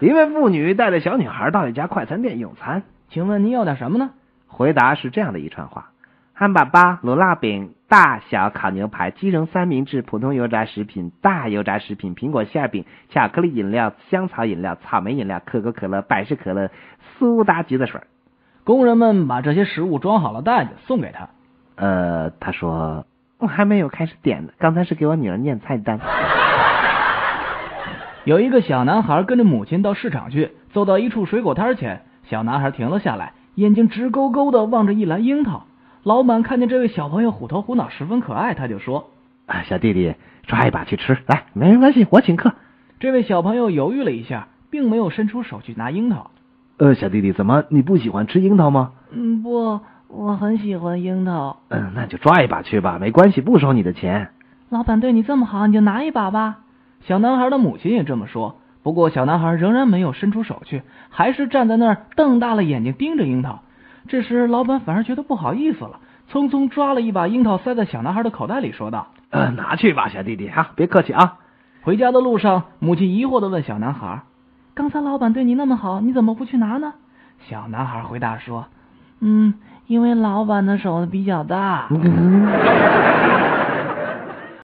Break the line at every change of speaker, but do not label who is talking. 一位妇女带着小女孩到一家快餐店用餐，
请问您要点什么呢？
回答是这样的一串话：汉堡包、罗拉饼、大小烤牛排、鸡茸三明治、普通油炸食品、大油炸食品、苹果馅饼、巧克力饮料、香草饮料、草莓饮料、可口可乐、百事可乐、苏打橘子水。
工人们把这些食物装好了袋子送给他。
呃，他说我还没有开始点呢，刚才是给我女儿念菜单。
有一个小男孩跟着母亲到市场去，走到一处水果摊前，小男孩停了下来，眼睛直勾勾的望着一篮樱桃。老板看见这位小朋友虎头虎脑，十分可爱，他就说
啊，小弟弟，抓一把去吃，来，没关系，我请客。：“
这位小朋友犹豫了一下，并没有伸出手去拿樱桃。
呃，小弟弟，怎么你不喜欢吃樱桃吗？
嗯，不，我很喜欢樱桃。
嗯、那就抓一把去吧，没关系，不收你的钱。
老板对你这么好，你就拿一把吧。小男孩的母亲也这么说，不过小男孩仍然没有伸出手去，还是站在那儿瞪大了眼睛盯着樱桃。这时，老板反而觉得不好意思了，匆匆抓了一把樱桃塞在小男孩的口袋里，说道
呃，拿去吧，小弟弟哈、别客气啊。：“
回家的路上，母亲疑惑的问小男孩，刚才老板对你那么好，你怎么不去拿呢？”小男孩回答说：“嗯，因为老板的手比较大。”
嗯